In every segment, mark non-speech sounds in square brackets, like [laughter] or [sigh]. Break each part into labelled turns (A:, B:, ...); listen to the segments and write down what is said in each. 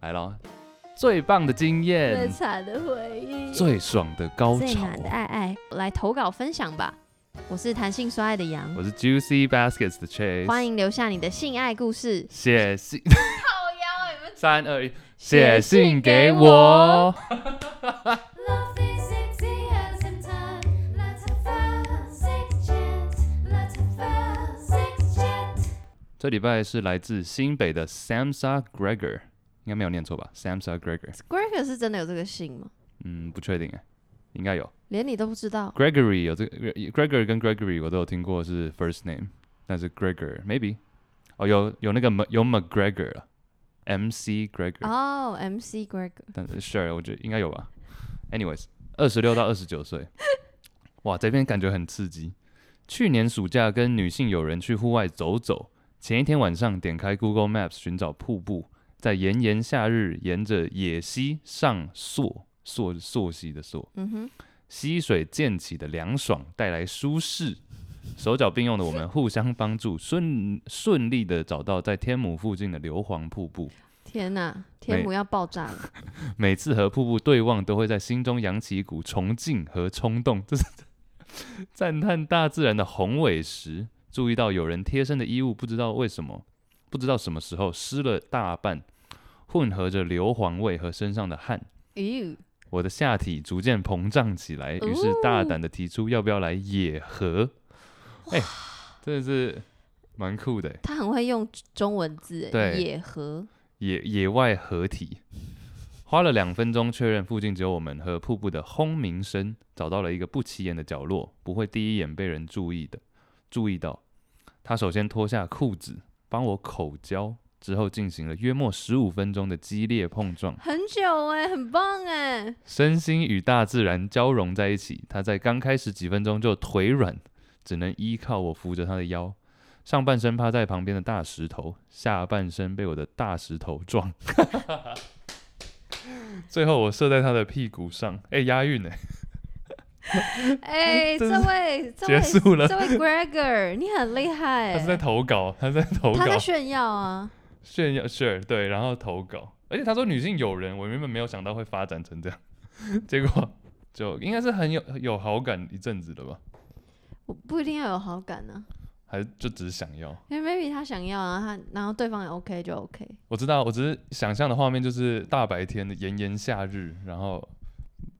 A: 来咯，最棒的经
B: 最
A: 验，
B: 惨的回忆，
A: 最爽的高
C: 最
A: 潮
C: 暖。的爱爱，来投稿分享吧。我是弹性说爱的羊，
A: 我是 Juicy Baskets 的 Chase，
C: 欢迎留下你的性爱故事。
A: 写
C: [laughs]
A: 信
B: 靠腰你们
A: 三二一，写
C: 写信
A: 信
C: 给
A: 给
C: 我
A: 我。
D: Love is easy as in time. Let's have a six chance. Let's have a six chance.
A: 这礼拜是来自新北的 Samsa Gregor，应该没有念错吧？Samsa Gregor，
C: Gregor 是真的有这个姓吗？
A: 嗯，不确定哎，应该有。
C: 连你都不知道，
A: Gregory 有这个 Gregor 跟 Gregory 我都有听过是 first name，但是 Gregor maybe 哦有有那个 M- 有 McGregor 了，MC Gregor，、
C: 哦、m c Gregor，
A: 但是 sure 我觉得应该有吧。Anyways，二十六到二十九岁，哇，这边感觉很刺激。去年暑假跟女性友人去户外走走，前一天晚上点开 Google Maps 寻找瀑布，在炎炎夏日沿着野溪上溯溯溯溪的溯。
C: 嗯哼，
A: 溪水溅起的凉爽带来舒适，手脚并用的我们互相帮助，顺顺利的找到在天母附近的硫磺瀑布。
C: 天哪，天母要爆炸了，
A: 每次和瀑布对望，都会在心中扬起一股崇敬和冲动， [laughs] 这是赞叹大自然的宏伟时，注意到有人贴身的衣物，不知道为什么，不知道什么时候湿了大半，混合着硫磺味和身上的汗。
C: 咦，
A: 我的下体逐渐膨胀起来，于是大胆的提出要不要来野合。哎、真的是蛮酷的，欸
C: 他很会用中文字，
A: 对
C: 野河，
A: 野野外合体。花了两分钟确认附近只有我们和瀑布的轰鸣声，找到了一个不起眼的角落，不会第一眼被人注意的。注意到他首先脱下裤子，帮我口交，之后进行了约莫十五分钟的激烈碰撞。
C: 很久哎、很棒哎、
A: [laughs] 身心与大自然交融在一起。他在刚开始几分钟就腿软，只能依靠我扶着他的腰，上半身趴在旁边的大石头，下半身被我的大石头撞。 [laughs] 最后我射在他的屁股上，哎、押韵哎、
C: 哎、
A: 真
C: 这位这
A: 结
C: 位
A: 束了
C: 这位 Gregor，你很厉害、
A: 他是在
C: 哎
A: 投稿，他是在投
C: 他
A: 稿
C: 在炫耀啊，
A: 炫耀，sure 对，然后投稿，而且他说女性友人，我原本没有想到会发展成这样， [laughs] 结果就应该是很有有好感一阵子了吧，
C: 我不一定要有好感啊呢、
A: 还是就只是想要。
C: 因为 maybe 他想要啊，他然后对方也 OK 就 OK，
A: 我知道，我只是想象的画面就是大白天的炎炎夏日，然后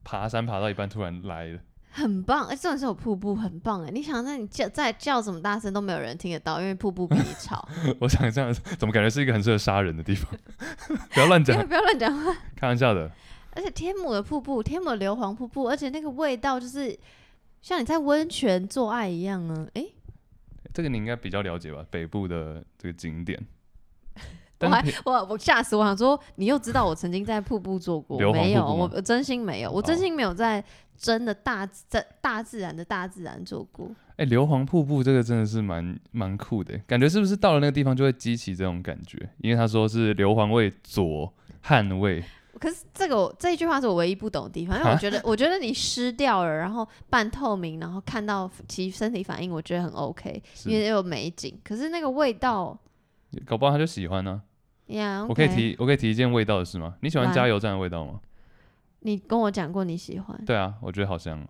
A: 爬山爬到一半突然来了， [laughs]
C: 很棒，哎、这种是有瀑布，很棒哎！你想，那你叫再叫怎么大声都没有人听得到，因为瀑布比你
A: [laughs]
C: 吵。
A: 我想象怎么感觉是一个很适合杀人的地方？ [laughs] 不要乱
C: 不要
A: 讲，
C: 不要乱讲话。
A: 开玩笑的。
C: 而且天母的瀑布，天母的硫磺瀑布，而且那个味道就是像你在温泉做爱一样啊！哎、
A: 这个你应该比较了解吧？北部的这个景
C: [laughs]
A: 点，
C: 我
A: 但是
C: 还
A: 平
C: 我我吓死我，想说你又知道我曾经在瀑布做过
A: 硫，磺
C: 没有，
A: 瀑布
C: 我
A: 吗
C: 我真心没有，我真
A: 哦
C: 心没有在真的大自在大自然的大自然做过。
A: 哎、硫磺瀑布这个真的是蛮蛮酷的，感觉是不是到了那个地方就会激起这种感觉？因为他说是硫磺味左汗味，
C: 可是这个我这一句话是我唯一不懂的地方，因为我
A: 啊
C: 觉得，我觉得你湿掉了，然后半透明，然后看到其身体反应，我觉得很 OK，
A: 是
C: 因为有美景。可是那个味道
A: 搞不好他就喜欢呢、
C: 呀
A: 我可以
C: OK
A: 提，我可以提一件味道的事吗？你喜欢
C: 来
A: 加油站的味道吗？
C: 你跟我讲过你喜欢，
A: 对啊，我觉得好香哦。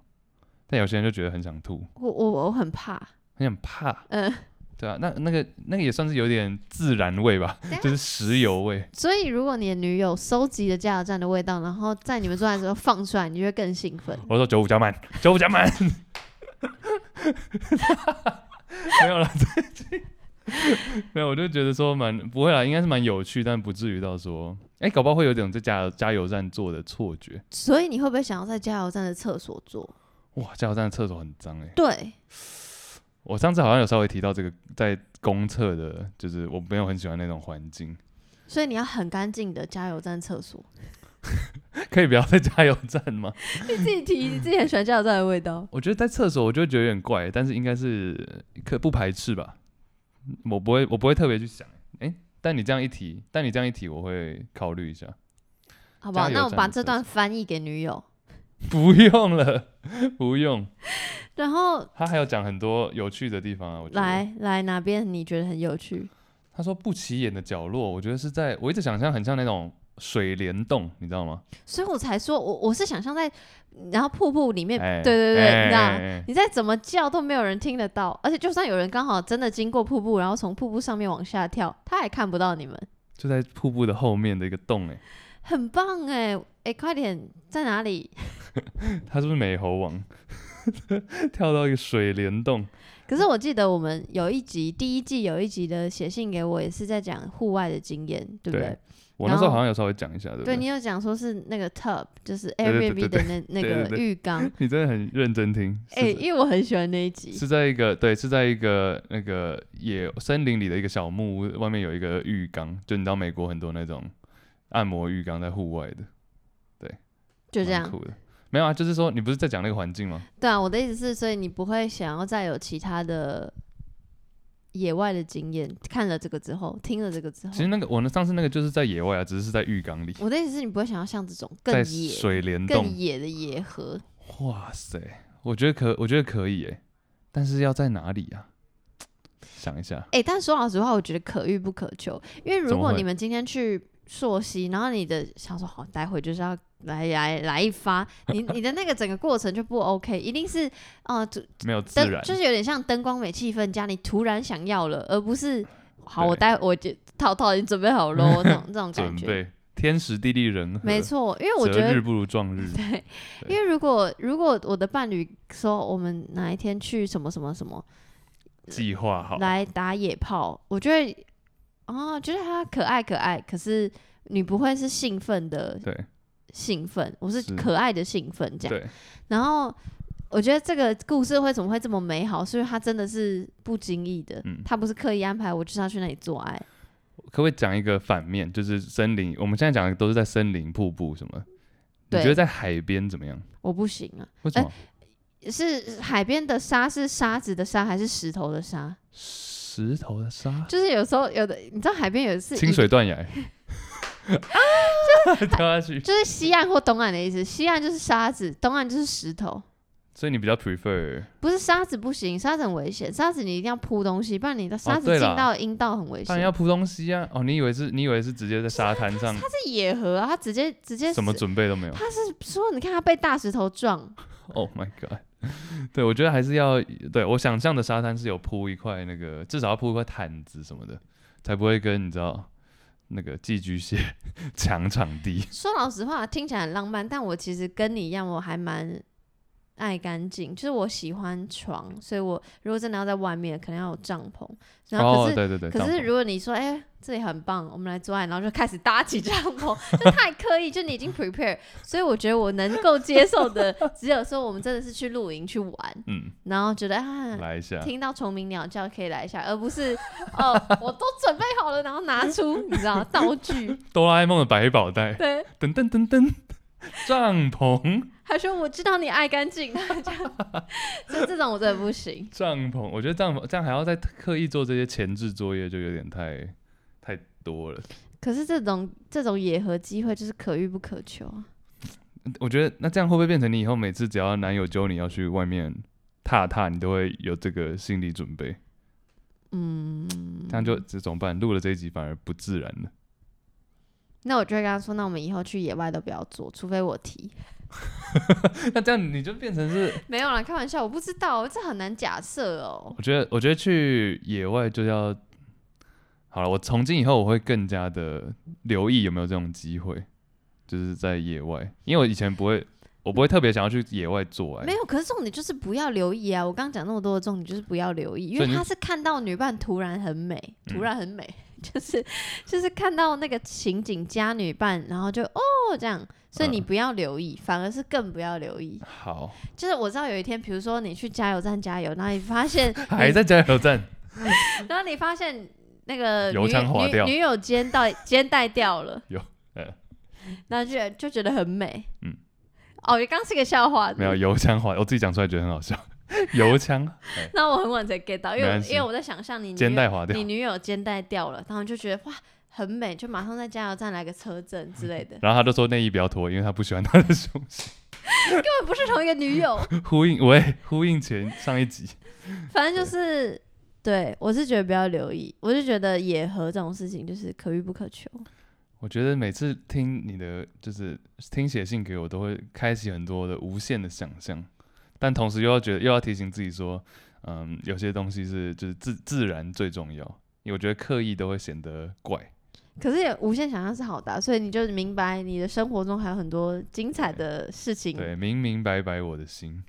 A: 但有些人就觉得很想吐，
C: 我我我很怕，
A: 很想怕。
C: 嗯、
A: [laughs] 对啊，那那个那个也算是有点自然味吧
C: 等一，下
A: 就是石油味。
C: 所以如果你的女友收集了加油站的味道，然后在你们做爱的时候放出来，你就会更兴
A: [laughs]
C: 奋。
A: 我说九五加满，九五加满。 [laughs] 没 [laughs] 有了，最近没有，我就觉得说蛮不会啦，应该是蛮有趣，但不至于到说，哎、搞不好会有点在加油加油站做的错觉。
C: 所以你会不会想要在加油站的厕所做？
A: 哇，加油站的厕所很脏哎、
C: 对，
A: 我上次好像有稍微提到这个，在公厕的，就是我没有很喜欢那种环境。
C: 所以你要很干净的加油站
A: [laughs]
C: 厕所。
A: 可以不要在加油站吗？ [laughs]
C: 你自己提，你自己很喜欢加油站的味道。
A: 我觉得在厕所我就会觉得有点怪，但是应该是可不排斥吧。我不会，我不会特别去想。哎、但你这样一提，但你这样一提，我会考虑一下。 [laughs]
C: 好不好？
A: 加油
C: 那我
A: 站
C: 把
A: 的
C: 这
A: 厕
C: 段翻译给女友，
A: 不用了，不用。
C: 然后
A: 他还有讲很多有趣的地方啊。我觉得，
C: 来来哪边你觉得很有趣？
A: 他说不起眼的角落，我觉得是在我一直想象很像那种水帘洞，你知道吗？
C: 所以我才说我我是想象在然后瀑布里面，
A: 哎，
C: 对对对，
A: 哎
C: 你知道。
A: 哎哎哎
C: 你再怎么叫都没有人听得到，而且就算有人刚好真的经过瀑布，然后从瀑布上面往下跳，他也看不到你们，
A: 就在瀑布的后面的一个洞、欸，
C: 很棒哎、哎、快点在哪里？
A: 他是不是美猴王？ [laughs] 跳到一个水帘洞，
C: 可是我记得我们有一集第一季有一集的写信给我，也是在讲户外的经验，对不
A: 对
C: 对？
A: 我那时候
C: 然
A: 好
C: 后
A: 像有稍微讲一下，对不
C: 对
A: 对？
C: 你有讲说是那个 tub，就是
A: 对对
C: Airbnb 的那
A: 对
C: 那
A: 对
C: 个
A: 对
C: 浴缸，
A: 你真的很认真听，是
C: 哎、因为我很喜欢那一集，
A: 是在一个对，是在一个那个野森林里的一个小木屋，外面有一个浴缸，就你知道美国很多那种按摩浴缸在户外的，
C: 就
A: 蛮
C: 这样。
A: 酷的。没有啊，就是说你不是在讲那个环境吗？
C: 对啊，我的意思是，所以你不会想要再有其他的野外的经验，看了这个之后，听了这个之后
A: 其，实那个我那上次那个就是在野外啊，只是是在浴缸里，
C: 嗯我的意思是你不会想要像这种更
A: 在
C: 野、
A: 水帘
C: 更
A: 洞。
C: 野的野河，
A: 哇塞，我觉得可，我觉得可以诶、欸但是要在哪里啊？想一下，
C: 哎、但说老实话，我觉得可遇不可求，因为
A: 怎
C: 如
A: 么
C: 果
A: 会
C: 你们今天去朔溪，然后你的想说好，待会就是要来来来一发，你你的那个整个过程就不 OK，一定是呃就
A: 没有自
C: 灯
A: 然，
C: 就是有点像灯光美气氛加你突然想要了，而不是好我
A: 对
C: 待我就套套已经准备好
A: [laughs]
C: 喽那种这种
A: 准
C: 感觉。
A: 备天时地利人和，
C: 没，错，因为我觉
A: 择
C: 得
A: 日不如撞日。
C: 对，
A: 对
C: 因为如果如果我的伴侣说我们哪一天去什么什么什么
A: 计划好，
C: 来打野炮，我觉得啊，觉得他可爱可爱，可是你不会是兴奋的
A: 对
C: 兴奋，我是
A: 是
C: 可爱的兴奋这样。
A: 对，
C: 然后我觉得这个故事为什么会这么美好，是因为他真的是不经意的，
A: 嗯
C: 他不是刻意安排，我就是要去那里做爱。
A: 可不可以讲一个反面，就是森林？我们现在讲的都是在森林、瀑布什么？你
C: 对
A: 觉得在海边怎么样？
C: 我不行啊，
A: 为什么？
C: 是海边的沙是沙子的沙还是石头的沙？
A: 石头的沙，
C: 就是有时候有的，你知道海边有是
A: 清水断
C: [laughs]
A: 崖，掉下去。
C: 就是西岸或东岸的意思。西岸就是沙子，东岸就是石头。
A: 所以你比较 prefer？
C: 不是沙子不行，沙子很危险，沙子你一定要铺东西，不然你的沙子
A: 哦对
C: 进
A: 啦
C: 到阴道很危险。
A: 当然要铺东西啊！哦，你以为是，你以为是直接在沙滩上，
C: 它是野河啊，它直接直接
A: 什么
C: 死
A: 准备都没有
C: 它是说，你看它被大石头撞，
A: ？Oh my god！对， [laughs] 我觉得还是要对我想象的沙滩是有铺一块那个，至少要铺一块毯子什么的，才不会跟你知道那个寄居蟹 [laughs] 抢场地。
C: 说老实话，听起来很浪漫，但我其实跟你一样，我还蛮爱干净，就是我喜欢床，所以我如果真的要在外面，可能要有帐篷。然后可
A: 哦，
C: 是、
A: 对对对，
C: 可
A: 帐
C: 是
A: 篷
C: 如果你说，哎、这里很棒，我们来做爱，然后就开始搭起帐篷， [laughs] 就太刻意，就你已经 prepare，所以我觉得我能够接受的，只有说我们真的是去露营去玩，
A: 嗯，
C: 然后觉得 [laughs] 啊。
A: 来一下，
C: 听到虫鸣鸟叫可以来一下，而不是哦，我都准备好了，然后拿出你知道道 [laughs] 具，
A: 哆啦 A 梦的百宝袋，
C: 对，
A: 噔噔噔噔，帐篷，
C: 他说我知道你爱干净， [laughs] 这样，这这种我真的不行。
A: 帐篷，我觉得帐篷这样还要再刻意做这些前置作业，就有点太太多了。
C: 可是这种这种野合机会就是可遇不可求啊。
A: 我觉得那这样会不会变成你以后每次只要男友揪你要去外面踏踏，你都会有这个心理准备？
C: 嗯，
A: 这样就这怎么办？录了这一集反而不自然了。
C: 那我就会跟他说，那我们以后去野外都不要做，除非我提。
A: [laughs] 那这样你就变成是，
C: [laughs] 没有啦，开玩笑，我不知道，这很难假设哦。
A: [laughs] 我觉得，我觉得去野外就要好了。我从今以后我会更加的留意有没有这种机会，就是在野外，因为我以前不会，我不会特别想要去野外做爱
C: 没。有，可是重点就是不要留意啊！我刚刚讲那么多的重点就是不要留意，因
A: 所
C: 为
A: 以你嗯
C: 他是看到女伴突然很美，突然很美， [laughs] 就是就是看到那个情景加女伴，然后就哦这样，所以你
A: 嗯
C: 不要留意，反而是更不要留意。
A: 好， [laughs]
C: 就是我知道有一天，比如说你去加油站加油，然后你发现你，
A: [laughs] 还在加油站，
C: 然后你发现那个
A: 油
C: 女
A: 枪滑掉
C: 女女友肩带肩带掉了，
A: [laughs] 有呃，
C: 那就就觉得很美，
A: 嗯，
C: 哦，刚刚是个笑话，
A: 没有
C: 是不是，
A: 油枪滑，我自己讲出来觉得很好笑。 [laughs] 油枪
C: 那我很晚才 get 到，因
A: 没
C: 为
A: 关系
C: 因为我在想象你女
A: 肩带滑掉
C: 你，女友肩带掉了，然后就觉得哇很美，就马上在加油站来个车震
A: [laughs]，
C: 之类的
A: 然后他就说内衣不要脱，因为他不喜欢他的胸型。
C: 根本不是同一个女友，
A: 呼应喂，呼应前上一集，
C: 反正就是。对，我是觉得不要留意，我是觉得野合这种事情就是可遇不可求。
A: 我我觉得每次听你的就是听写信给我，都会开启很多的无限的想象，但同时又要觉得又要提醒自己说，嗯，有些东西是就是自自然最重要，因为我觉得刻意都会显得怪。
C: 可是也无限想象是好的啊、所以你就明白你的生活中还有很多精彩的事情。
A: 嗯对，明明白白我的心，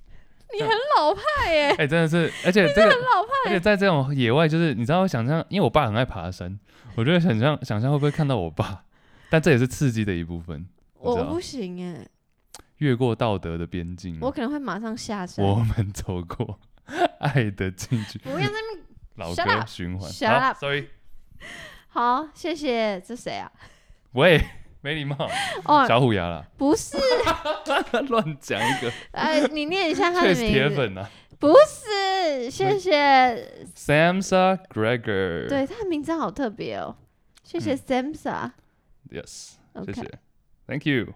C: 你很老
A: [laughs]
C: 派耶、
A: 哎、真的是，而且这个 [laughs]
C: 很老派。
A: 而且在这种野外，就是你知道，我想象，因为我爸很爱爬山，我觉得想象想象会不会看到我爸，但这也是刺激的一部分，我知
C: 我
A: 道
C: 不行哎、
A: 越过道德的边境，
C: 我可能会马上下山。
A: 我们走过爱的禁区，
C: 不要再
A: [laughs] 老
C: Shut
A: 歌
C: up
A: 循环。
C: Shut
A: 好
C: up
A: sorry，
C: 好，谢谢。这谁啊？
A: 喂， [laughs] 没礼貌，
C: 哦，
A: 小虎牙啦， [laughs]
C: 不是，
A: 乱讲一个，
C: 呃，你念一下 [laughs] 他
A: 确
C: 的
A: 实铁
C: 名字。
A: 粉啊呐
C: 不是，谢谢。
A: ，Samsa Gregor，
C: 对，他的名字好特别哦。谢谢 Samsa。
A: 嗯，Yes，谢
C: OK。
A: 谢，Thank you。